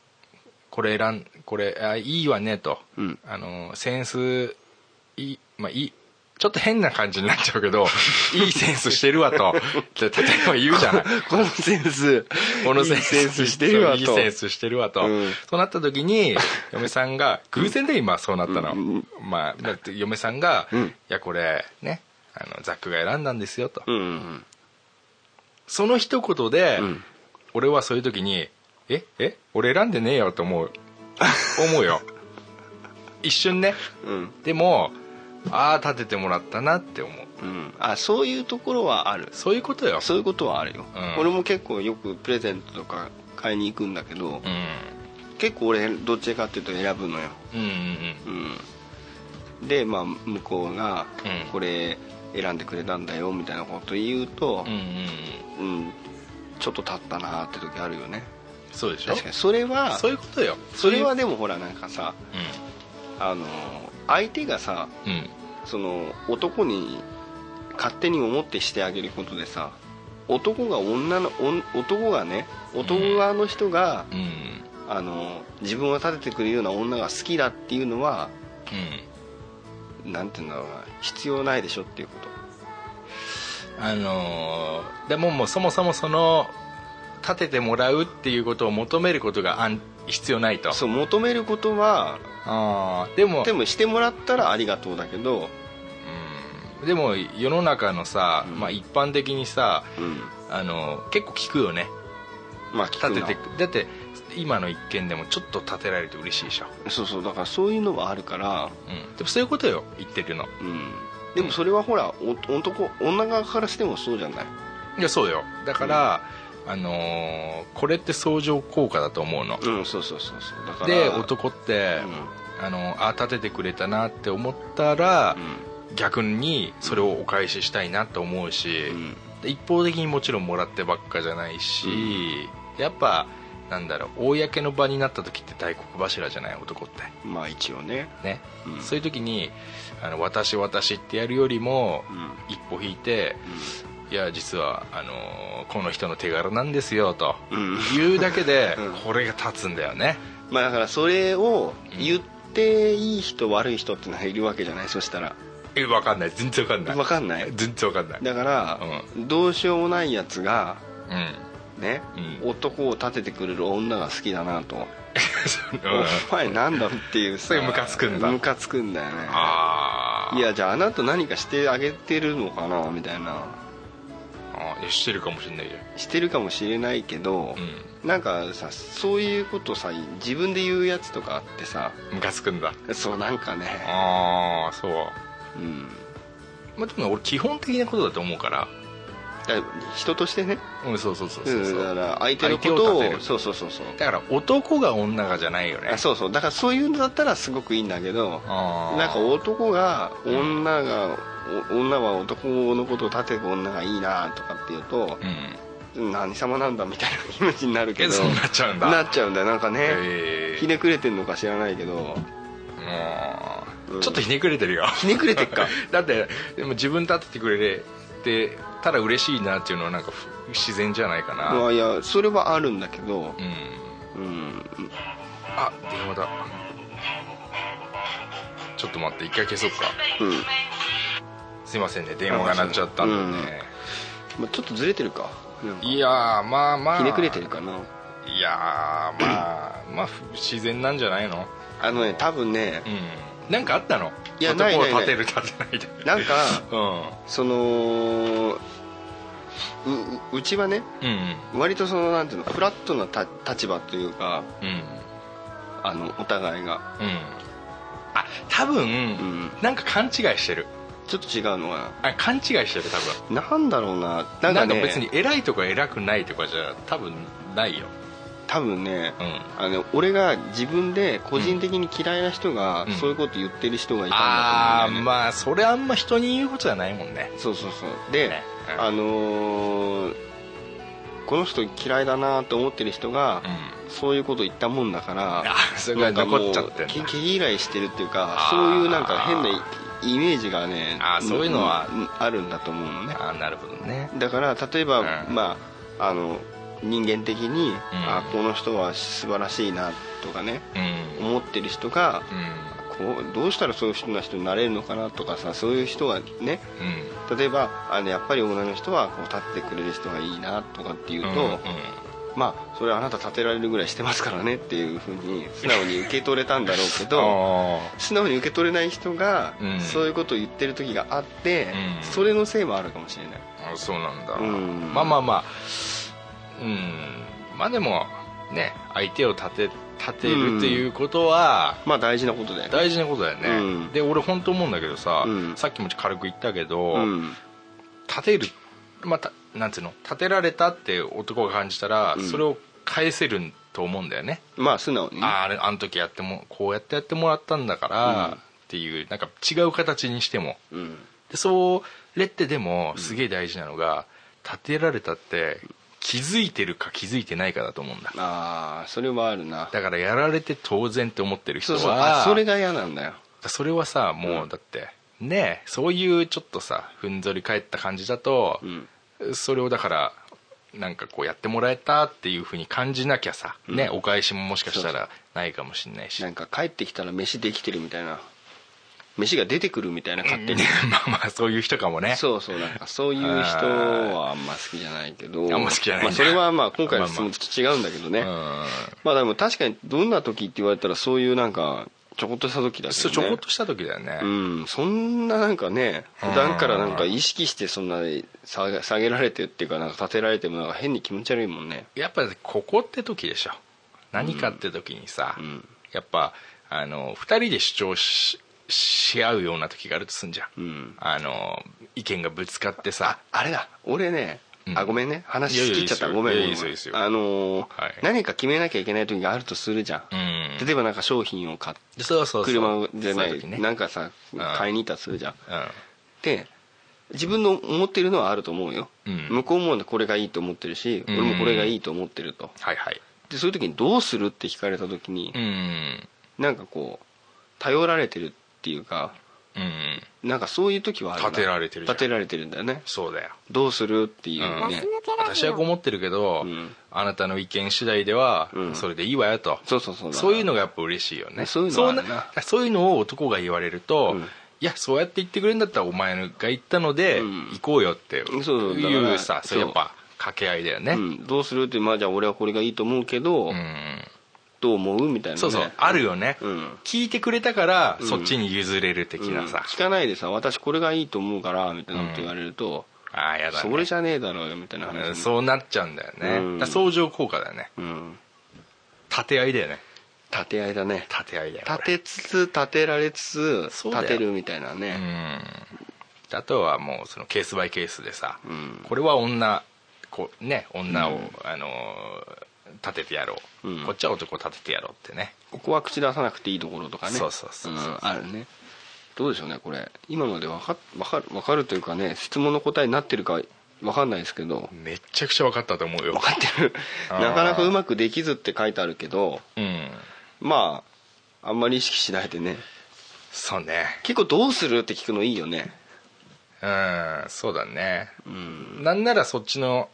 Speaker 4: 「これ選んこれあいいわね」と、
Speaker 3: うん
Speaker 4: あのセンスいい,、まあ、いいちょっと変な感じになっちゃうけど
Speaker 3: [laughs]
Speaker 4: いいセンスしてるわとで例えば言うじゃない
Speaker 3: [laughs] このセンス
Speaker 4: この
Speaker 3: いいセンスしてるわと
Speaker 4: そういいセンスしてるわと、
Speaker 3: うん
Speaker 4: そうなった
Speaker 3: [laughs]
Speaker 4: 時に嫁さんが偶然で今そうなったの、
Speaker 3: うん
Speaker 4: まあだって嫁さんが「
Speaker 3: うん
Speaker 4: いやこれねあのザックが選んだんですよ」と、
Speaker 3: うんうん
Speaker 4: その一言で、
Speaker 3: うん
Speaker 4: 俺はそういう時に「ええ俺選んでねえよ」と思う思う
Speaker 3: [laughs]
Speaker 4: よ一瞬ね
Speaker 3: うん
Speaker 4: でもああ立ててもらったなって思う
Speaker 3: うんあそういうところはある
Speaker 4: そういうことよ
Speaker 3: そういうことはあるよ、
Speaker 4: うん
Speaker 3: 俺も結構よくプレゼントとか買いに行くんだけど、
Speaker 4: うん
Speaker 3: 結構俺どっちかっていうと選ぶのよ、
Speaker 4: うんうん
Speaker 3: うん、で、まあ、向こうが
Speaker 4: うん
Speaker 3: これ選んでくれたんだよみたいなこと言うと
Speaker 4: うんうんう、ん
Speaker 3: うんちょっと経ったなーって時あるよね
Speaker 4: そうでしょ
Speaker 3: 確かにそれは
Speaker 4: そういうことよ
Speaker 3: それは
Speaker 4: ね
Speaker 3: でもほらなんかさあのー相手がさ
Speaker 4: うんうん
Speaker 3: その男に勝手に思ってしてあげることでさ男が女のおん男がね男側の人が、
Speaker 4: うん
Speaker 3: あのー自分を立ててくれるような女が好きだっていうのはなんていうんだろうな必要ないでしょっていうこと
Speaker 4: うんあのーでももうそもそもその立ててもらうっていうことを求めることがあん必要ないと
Speaker 3: そう求めることは
Speaker 4: あーでも
Speaker 3: でもしてもらったらありがとうだけど
Speaker 4: でも世の中のさ、まあ、一般的にさ
Speaker 3: うん
Speaker 4: あの結構聞くよね
Speaker 3: まあ聞く
Speaker 4: 立
Speaker 3: な
Speaker 4: ててだって今の一件でもちょっと立てられて嬉しいでしょ、
Speaker 3: そうそうだからそういうのはあるから、
Speaker 4: うん、でもそういうことよ言ってるの
Speaker 3: うん、でもそれはほらお男女側からしてもそうじゃない
Speaker 4: いやそうだよだから、あのーこれって相乗効果だと思うの
Speaker 3: うんそうそうそうそうだから
Speaker 4: で男って、あのーあ立ててくれたなって思ったら、逆にそれをお返ししたいなと思うし、
Speaker 3: ん
Speaker 4: で一方的にもちろんもらってばっかじゃないし、やっぱなんだろう公の場になった時って大黒柱じゃない男って
Speaker 3: まあ一応ね
Speaker 4: ね、
Speaker 3: うん
Speaker 4: そういう時にあの私私ってやるよりも、
Speaker 3: うん
Speaker 4: 一歩引いて、いや実はあのーこの人の手柄なんですよと
Speaker 3: うん [laughs]
Speaker 4: 言うだけで、
Speaker 3: うん
Speaker 4: これが立つんだよね
Speaker 3: まあだからそれを言っていい人悪い人ってのがいるわけじゃないそしたら
Speaker 4: え分かんない全然分かんない
Speaker 3: 分かんない
Speaker 4: 全然分かんない
Speaker 3: だから、どうしようもないやつが
Speaker 4: うん
Speaker 3: [laughs] ね、
Speaker 4: うん
Speaker 3: 男を立ててくれる女が好きだなと、
Speaker 4: そのうん
Speaker 3: お前なんだっていう
Speaker 4: そ
Speaker 3: さ
Speaker 4: れムカつくんだ
Speaker 3: ムカつくんだよね
Speaker 4: あー
Speaker 3: いやじゃああなた何かしてあげてるのかなみたいな
Speaker 4: あーいやしてるかもしれないじ
Speaker 3: してるかもしれないけど
Speaker 4: ゃん、、う
Speaker 3: なんかさそういうことさ自分で言うやつとかあってさ
Speaker 4: ん、ムカつくんだ
Speaker 3: そうなんかね
Speaker 4: ああそう
Speaker 3: うん
Speaker 4: まあでも俺基本的なことだと思うから
Speaker 3: だから人としてね
Speaker 4: うんそうそうそうそうそううん
Speaker 3: だから相手のことを
Speaker 4: 相手を立てる
Speaker 3: そうそうそうそう
Speaker 4: だから男が女がじゃないよね
Speaker 3: あそうそうだからそういうのだったらすごくいいんだけど
Speaker 4: あー
Speaker 3: なんか男が女が、お女は男のことを立てる女がいいなとかって言うと
Speaker 4: う、ん
Speaker 3: 何様なんだみたいな気持ちになるけ
Speaker 4: え
Speaker 3: ど
Speaker 4: そうなっちゃうんだ
Speaker 3: なっちゃうんだよなんかね、
Speaker 4: え
Speaker 3: ひねくれてんのか知らないけどう
Speaker 4: う
Speaker 3: んん
Speaker 4: ちょっとひねくれてるよ
Speaker 3: ひねくれてっか
Speaker 4: [laughs] だってでも自分立ててくれてたら嬉しいなっていうのはなんかふ自然じゃないかな、
Speaker 3: [laughs] まあいやそれはあるんだけど
Speaker 4: うん
Speaker 3: うん
Speaker 4: あ電話だちょっと待って一回消そうか
Speaker 3: うん、
Speaker 4: すいませんね電話が鳴っちゃったんでね、
Speaker 3: まあ、ちょっとずれてるかなんか
Speaker 4: いやーまあまあ
Speaker 3: ひねくれてるかない
Speaker 4: やーまあまあふ自然なんじゃないの
Speaker 3: あのね多分ね
Speaker 4: うんなんかあったの
Speaker 3: いやない
Speaker 4: 男を
Speaker 3: ないない
Speaker 4: 立てる立てないで
Speaker 3: なんか
Speaker 4: うん
Speaker 3: そのうううちはね
Speaker 4: うん
Speaker 3: 割とそのなんていうのフラットなた立場というか
Speaker 4: うんうん
Speaker 3: あのお互いが
Speaker 4: うんあ多分、
Speaker 3: ん
Speaker 4: なんか勘違いしてる
Speaker 3: ちょっと違うのは
Speaker 4: あ勘違いしてる多分
Speaker 3: なんだろうななん
Speaker 4: な
Speaker 3: ん
Speaker 4: か、
Speaker 3: か,、ね、
Speaker 4: 別に偉いとか偉くないとかじゃ多分ないよ
Speaker 3: 多分ね
Speaker 4: うん
Speaker 3: あの俺が自分で個人的に嫌いな人が、
Speaker 4: うん
Speaker 3: そういうこと言ってる人がいた
Speaker 4: あ
Speaker 3: んだと思うんだ
Speaker 4: あ
Speaker 3: よね、
Speaker 4: まあそれあんま人に言うことじゃないもんね
Speaker 3: そうそうそうで、
Speaker 4: ねうん
Speaker 3: あのーこの人嫌いだなと思ってる人が、
Speaker 4: う
Speaker 3: そういうこと言ったもんだから
Speaker 4: あそれが
Speaker 3: なんかもう
Speaker 4: 残っちゃってんだ
Speaker 3: 毛毛嫌いしてるっていう
Speaker 4: あ
Speaker 3: か
Speaker 4: ー
Speaker 3: そういうなんか変なイイメージがね
Speaker 4: あーそういうのは
Speaker 3: んあるんだと思うのね
Speaker 4: ああなるほどね
Speaker 3: だから例えば、
Speaker 4: うん
Speaker 3: まああの人間的に、あこの人は素晴らしいなとかね
Speaker 4: うん
Speaker 3: 思ってる人が
Speaker 4: うん
Speaker 3: こうどうしたらそういう人な人になれるのかなとかさそういう人がね
Speaker 4: うん
Speaker 3: 例えばあのやっぱり女の人はこう立っててくれる人がいいなとかっていうと、
Speaker 4: うんうん
Speaker 3: まあそれはあなた立てられるぐらいしてますからねっていうふうに素直に受け取れたんだろうけど
Speaker 4: [laughs] あ
Speaker 3: 素直に受け取れない人が、
Speaker 4: うん
Speaker 3: そういうことを言ってる時があって、
Speaker 4: うん
Speaker 3: それのせいもあるかもしれない
Speaker 4: ーあそうなんだ、
Speaker 3: うん
Speaker 4: まあまあまあうんまあでもね相手を立て立てるっていうことは、
Speaker 3: まあ大事なことだよね
Speaker 4: 大事なことだよね、
Speaker 3: うん
Speaker 4: で俺本当思うんだけどさ、
Speaker 3: うん
Speaker 4: さっきも軽く言ったけど、
Speaker 3: うん
Speaker 4: 立てるまあたなんていうの立てられたって男が感じたら、
Speaker 3: うん
Speaker 4: それを返せると思うんだよね、
Speaker 3: まあ素直にね
Speaker 4: あああれあの時やってもこうやってやってもらったんだから、
Speaker 3: うん
Speaker 4: っていうなんか違う形にしても
Speaker 3: うん
Speaker 4: でそれってでもすげえ大事なのが、立てられたって気づいてるか気づいてないかだと思うんだ
Speaker 3: ああそれはあるな
Speaker 4: だからやられて当然って思ってる人
Speaker 3: そう
Speaker 4: は
Speaker 3: そうあそれが嫌なんだよ
Speaker 4: それはさもうだって、ねえそういうちょっとさふんぞり返った感じだと
Speaker 3: う、ん
Speaker 4: それをだからなんかこうやってもらえたっていうふうに感じなきゃさ、ねお返しももしかしたらないかもしれないし
Speaker 3: なんか帰ってきたら飯できてるみたいな飯が出てくるみたいな勝手に
Speaker 4: [laughs] まあまあそういう人かもね
Speaker 3: そうそうなんかそういう人はあんま好きじゃないけど
Speaker 4: あんま好きじゃないんだ
Speaker 3: まあ、それはまあ今回の質問とちょっと違うんだけどね、
Speaker 4: う
Speaker 3: まあ
Speaker 4: ん
Speaker 3: でも確かにどんな時って言われたらそういうなんかちょこっとした時だけ
Speaker 4: そ
Speaker 3: ど、
Speaker 4: う
Speaker 3: ね、
Speaker 4: ちょこっとした時だよね、
Speaker 3: うんそんななんかね
Speaker 4: うん
Speaker 3: 普段からなんか意識してそんな下げ下げられてっていうかなんか立てられてもなんか変に気持ち悪いもんね
Speaker 4: やっぱここって時でしょ何かって時にさ、
Speaker 3: ん
Speaker 4: やっぱあの2人で主張しし合うような時があるとすんじゃ
Speaker 3: う
Speaker 4: ん、
Speaker 3: ん
Speaker 4: あの意見がぶつかってさ
Speaker 3: あれだ俺ね
Speaker 4: うん
Speaker 3: あごめんね話
Speaker 4: いやい
Speaker 3: し
Speaker 4: や
Speaker 3: きっちゃった
Speaker 4: いいです
Speaker 3: ご
Speaker 4: よ
Speaker 3: めん
Speaker 4: いや
Speaker 3: ごめん
Speaker 4: いいですよいいですよ
Speaker 3: あのー
Speaker 4: はい
Speaker 3: 何か決めなきゃいけない時があるとするじゃん、
Speaker 4: うん
Speaker 3: 例えばなんか商品を買って
Speaker 4: そうそうそう
Speaker 3: 車じゃな
Speaker 4: そう
Speaker 3: い、
Speaker 4: う時ね
Speaker 3: なんかさ買いに行ったらするじゃん、
Speaker 4: う
Speaker 3: で自分の思ってるのはあると思うよ、
Speaker 4: うん
Speaker 3: 向こうもこれがいいと思ってるし、
Speaker 4: うん
Speaker 3: 俺もこれがいいと思ってると
Speaker 4: んはいはい
Speaker 3: でそういう時にどうするって聞かれた時に
Speaker 4: う、ん
Speaker 3: なんかこう頼られてるっていうか
Speaker 4: うん
Speaker 3: なんかそういう時はあるな
Speaker 4: 立てられてるじゃん
Speaker 3: 立てられてるんだよね
Speaker 4: そうだよ
Speaker 3: どうするっていう
Speaker 4: うん
Speaker 3: ね、
Speaker 4: 私はこう思ってるけど、
Speaker 3: うん
Speaker 4: あなたの意見次第では
Speaker 3: うん
Speaker 4: それでいいわよと、
Speaker 3: そうそうそう
Speaker 4: そういうの
Speaker 3: が
Speaker 4: がやっぱ嬉しいよね
Speaker 3: そういうのはあるな
Speaker 4: そんなそういうのを男が言われると、
Speaker 3: うん
Speaker 4: いやそうやって言ってくれるんだったらお前が言ったので
Speaker 3: うん
Speaker 4: 行こうよって
Speaker 3: そうそうだから
Speaker 4: いうさそれやっぱ掛け合いだよね
Speaker 3: うん、どうするってまあじゃあ俺はこれがいいと思うけど、
Speaker 4: うん
Speaker 3: どう思うみたいな、ね、
Speaker 4: そうそうあるよね、
Speaker 3: うん
Speaker 4: 聞いてくれたから
Speaker 3: うん
Speaker 4: そっちに譲れる的なさ
Speaker 3: うん、聞かないでさ私これがいいと思うからみたいなこと言われると、
Speaker 4: ああやだ、ね、
Speaker 3: それじゃねえだろうよみたいな話、
Speaker 4: うんそうなっちゃうんだよね、
Speaker 3: うん
Speaker 4: だから相乗効果だよね
Speaker 3: うん
Speaker 4: 立て合いだよね
Speaker 3: 立て合いだね
Speaker 4: 立て合いだよ
Speaker 3: 立てつつ立てられつつ
Speaker 4: そうだよ
Speaker 3: 立てるみたいな
Speaker 4: う
Speaker 3: ね
Speaker 4: んあとはもうそのケースバイケースでさ、
Speaker 3: うん
Speaker 4: これは女こうね女を、あのー立ててやろう、
Speaker 3: うん
Speaker 4: こっちは男を立ててやろうってね
Speaker 3: ここは口出さなくていいところとかね
Speaker 4: そうそうそうそうん
Speaker 3: あるねどうでしょうねこれ今ので分か分かる分かるというかね質問の答えになってるか分かんないですけど
Speaker 4: めっちゃくちゃ分かったと思うよ
Speaker 3: 分かってる
Speaker 4: あー
Speaker 3: なかなかうまくできずって書いてあるけど
Speaker 4: うん
Speaker 3: まああんまり意識しないでね
Speaker 4: そうね
Speaker 3: 結構どうするって聞くのいいよね
Speaker 4: うんそうだね
Speaker 3: うん
Speaker 4: なんならそっちの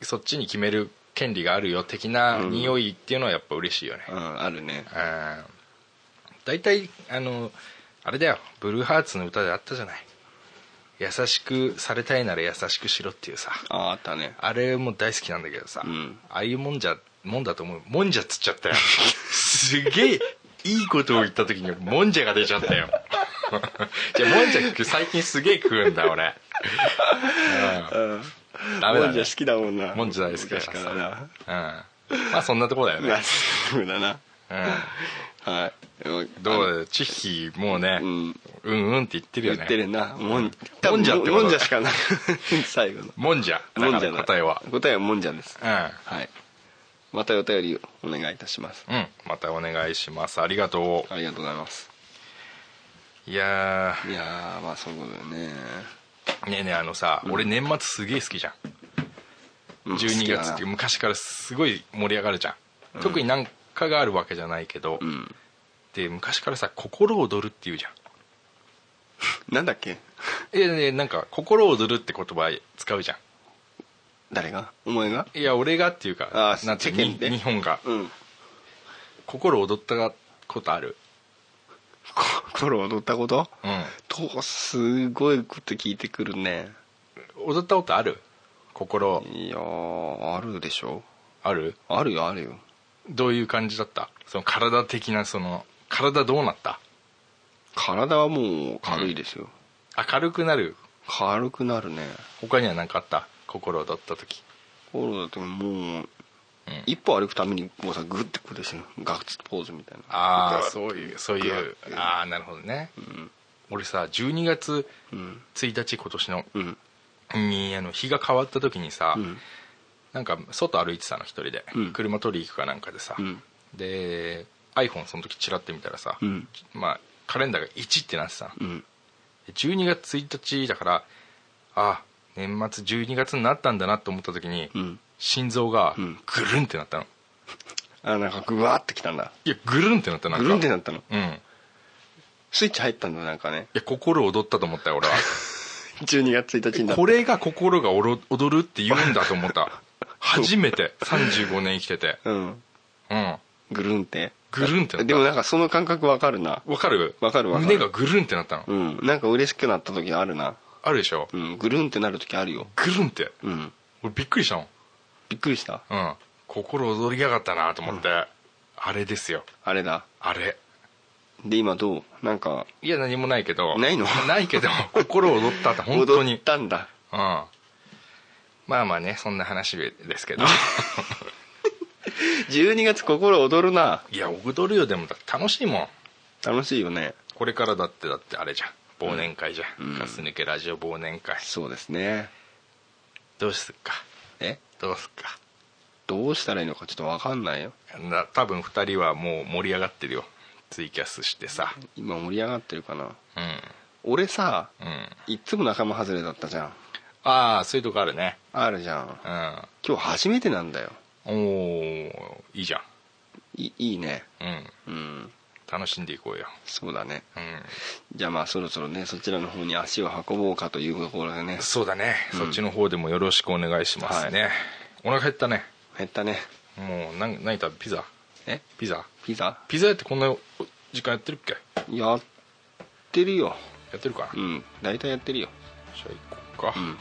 Speaker 4: そっちに決める権利があるよ的な
Speaker 3: うん
Speaker 4: 匂いっていうのはやっぱ嬉しいよね、
Speaker 3: うんあるね
Speaker 4: うん大体あのあれだよブルーハーツの歌であったじゃない優しくされたいなら優しくしろっていうさ
Speaker 3: あああったね
Speaker 4: あれも大好きなんだけどさ、
Speaker 3: うん
Speaker 4: ああいうもんじゃもんだと思うもんじゃっつっちゃっ
Speaker 3: [laughs]
Speaker 4: たよすげえいいことを言った時にもんじゃが出ちゃったよ [laughs] じゃあもんじゃ食う最近すげえ食うんだ俺、うん、ダメだ
Speaker 3: もんじ
Speaker 4: ね
Speaker 3: ゃ好きだもんな
Speaker 4: もんじゃ大好きだ
Speaker 3: 昔
Speaker 4: か
Speaker 3: からな
Speaker 4: らさ、うん、まあそんなとこだよね、
Speaker 3: そうだな
Speaker 4: うん
Speaker 3: はい
Speaker 4: ど
Speaker 3: あの
Speaker 4: うチッヒーもうね、
Speaker 3: う
Speaker 4: うんん、うんって言ってるよ
Speaker 3: 言
Speaker 4: ね
Speaker 3: ってるなもん
Speaker 4: もんじゃってこと
Speaker 3: もんじゃしかない [laughs] 最後の
Speaker 4: もんじゃだ
Speaker 3: も
Speaker 4: か
Speaker 3: んじゃ
Speaker 4: ら
Speaker 3: ない
Speaker 4: 答えは
Speaker 3: 答えはもんじゃです
Speaker 4: うん、
Speaker 3: はいまたお便りをお願いいたします
Speaker 4: うん、またお願いしますありがと
Speaker 3: ありがとうございます
Speaker 4: ういや
Speaker 3: いやーまあそういうことだよね
Speaker 4: ーねえねえあのさ、俺年末すげえ好きじゃん
Speaker 3: うん
Speaker 4: 12月っ
Speaker 3: 好きだ
Speaker 4: て
Speaker 3: な
Speaker 4: 昔からすごい盛り上がるじゃん、特になんかがあるわけじゃないけど、
Speaker 3: うん
Speaker 4: で昔からさ「心躍る」っていうじゃん
Speaker 3: なんだっけ
Speaker 4: いやねなんか「心躍る」って言葉使うじゃ
Speaker 3: 誰がお前が
Speaker 4: んいや俺がっていうか
Speaker 3: あー
Speaker 4: なんていう
Speaker 3: 世間で
Speaker 4: に日本が
Speaker 3: うん
Speaker 4: 心躍ったことある
Speaker 3: 心踊ったこと
Speaker 4: うん
Speaker 3: とすごいこと聞いてくるね
Speaker 4: 踊ったことある心
Speaker 3: いやーあるでしょ
Speaker 4: ある
Speaker 3: あるよあるよ
Speaker 4: どういう感じだったその体的なその体どうなった
Speaker 3: 体はもう軽いですよ、
Speaker 4: 明るくなる
Speaker 3: 軽くなるね
Speaker 4: 他には何かあった心踊った時
Speaker 3: 心だってもう一歩歩くためにもうさグッてこうですよガッツポーズみたいな
Speaker 4: ああそうういうそう
Speaker 3: グ
Speaker 4: い
Speaker 3: ワ
Speaker 4: う
Speaker 3: ッて
Speaker 4: ああなるほどね、
Speaker 3: ん
Speaker 4: 俺さ12月
Speaker 3: うん
Speaker 4: 1日今年の
Speaker 3: うん
Speaker 4: にあの日が変わった時にさ、
Speaker 3: うん
Speaker 4: なんか外歩いてたの一人で、
Speaker 3: うん
Speaker 4: 車取り行くかなんかでさ、
Speaker 3: うん
Speaker 4: で iPhone その時チラって見たらさ、
Speaker 3: うん
Speaker 4: まあカレンダーが1ってなってたの、
Speaker 3: うん
Speaker 4: 12月1日だからあ年末12月になったんだなと思った時に、
Speaker 3: うん
Speaker 4: 心臓が
Speaker 3: うん
Speaker 4: ぐるんってなったの
Speaker 3: あなんかグワーってきたんだ
Speaker 4: いやぐるんってなったなんか
Speaker 3: グルンってなったの
Speaker 4: うんい
Speaker 3: スイッチ入ったんだなんかね
Speaker 4: や心躍ったと思ったよ俺
Speaker 3: [laughs]
Speaker 4: は
Speaker 3: 12月1日にな
Speaker 4: こ
Speaker 3: れ
Speaker 4: れが心が踊る踊るって言うんだと思った
Speaker 3: [laughs]
Speaker 4: 初めて35年生きてて
Speaker 3: うん
Speaker 4: うん
Speaker 3: グルンって
Speaker 4: ぐるんってなった
Speaker 3: でもなんかその感覚わかるな
Speaker 4: わかる
Speaker 3: わかるわかる
Speaker 4: 胸がぐるんってなったの、
Speaker 3: うんなんか嬉しくなった時あるな
Speaker 4: あるでしょ、
Speaker 3: うんグルンってなる時あるよ
Speaker 4: ぐるんって
Speaker 3: うん
Speaker 4: 俺びっくりしたもん
Speaker 3: びっくりした
Speaker 4: うん心躍りやがったなと思って、あれですよ
Speaker 3: あれだ
Speaker 4: あれ
Speaker 3: で今どうなんか
Speaker 4: いや何もないけど
Speaker 3: ないの
Speaker 4: な
Speaker 3: [laughs]
Speaker 4: いけど心躍ったって本当に
Speaker 3: 踊ったんだ
Speaker 4: うんまあまあねそんな話です
Speaker 3: [laughs]
Speaker 4: けど
Speaker 3: 12月心躍るない
Speaker 4: や踊るよでもだって楽しいもん
Speaker 3: 楽しいよね
Speaker 4: これからだってだってあれじゃん忘年会じゃん、
Speaker 3: うん
Speaker 4: ガス抜けラジオ忘年会
Speaker 3: そうですね
Speaker 4: どうすっか
Speaker 3: え
Speaker 4: どうすっか
Speaker 3: どうしたらいいのかちょっと分かんないよ
Speaker 4: な多分2人はもう盛り上がってるよツイキャスしてさ
Speaker 3: 今盛り上がってるかな
Speaker 4: うん
Speaker 3: 俺さ
Speaker 4: うん
Speaker 3: いっつも仲間外れだったじゃん
Speaker 4: ああそういうとこあるね
Speaker 3: あるじゃん
Speaker 4: うん
Speaker 3: 今日初めてなんだよ
Speaker 4: おおいいじゃん
Speaker 3: いいいね
Speaker 4: うん
Speaker 3: うん
Speaker 4: 楽しんでいこうよ
Speaker 3: そうだね
Speaker 4: うん
Speaker 3: じゃあまあそろそろねそちらの方に足を運ぼうかというところでね
Speaker 4: そうだね、そっちの方でもよろしくお願いしますね、お腹減ったね
Speaker 3: 減ったね
Speaker 4: もう何何食べピザ
Speaker 3: え
Speaker 4: ピザ
Speaker 3: ピザ
Speaker 4: ピザやってこんな時間やってるっけ
Speaker 3: やってるよ
Speaker 4: やってるかな、
Speaker 3: うん大体やってるよ
Speaker 4: じゃあ行こうか
Speaker 3: ん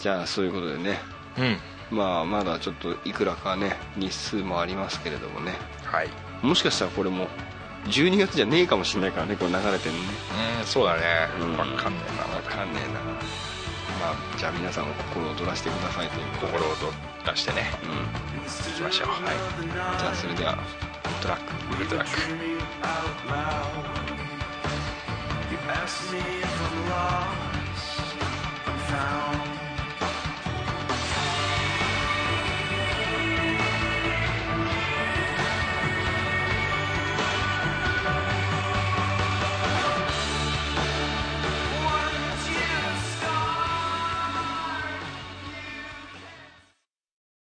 Speaker 3: じゃあそういうことでね
Speaker 4: うん、
Speaker 3: まあまだちょっといくらかね日数もありますけれどもね
Speaker 4: はい
Speaker 3: もしかしたらこれも12月じゃねえかもしれないからねこれ流れてるのね
Speaker 4: うんそうだね
Speaker 3: うん
Speaker 4: わかんねえなま
Speaker 3: わか
Speaker 4: だ
Speaker 3: んねえなまあじゃあ皆さんお心を躍らせてくださいということで
Speaker 4: 心を出してね
Speaker 3: うん
Speaker 4: 行きましょうはい
Speaker 3: じゃあそれではトラック
Speaker 4: グッドラック
Speaker 2: You ask me if I'm wrong.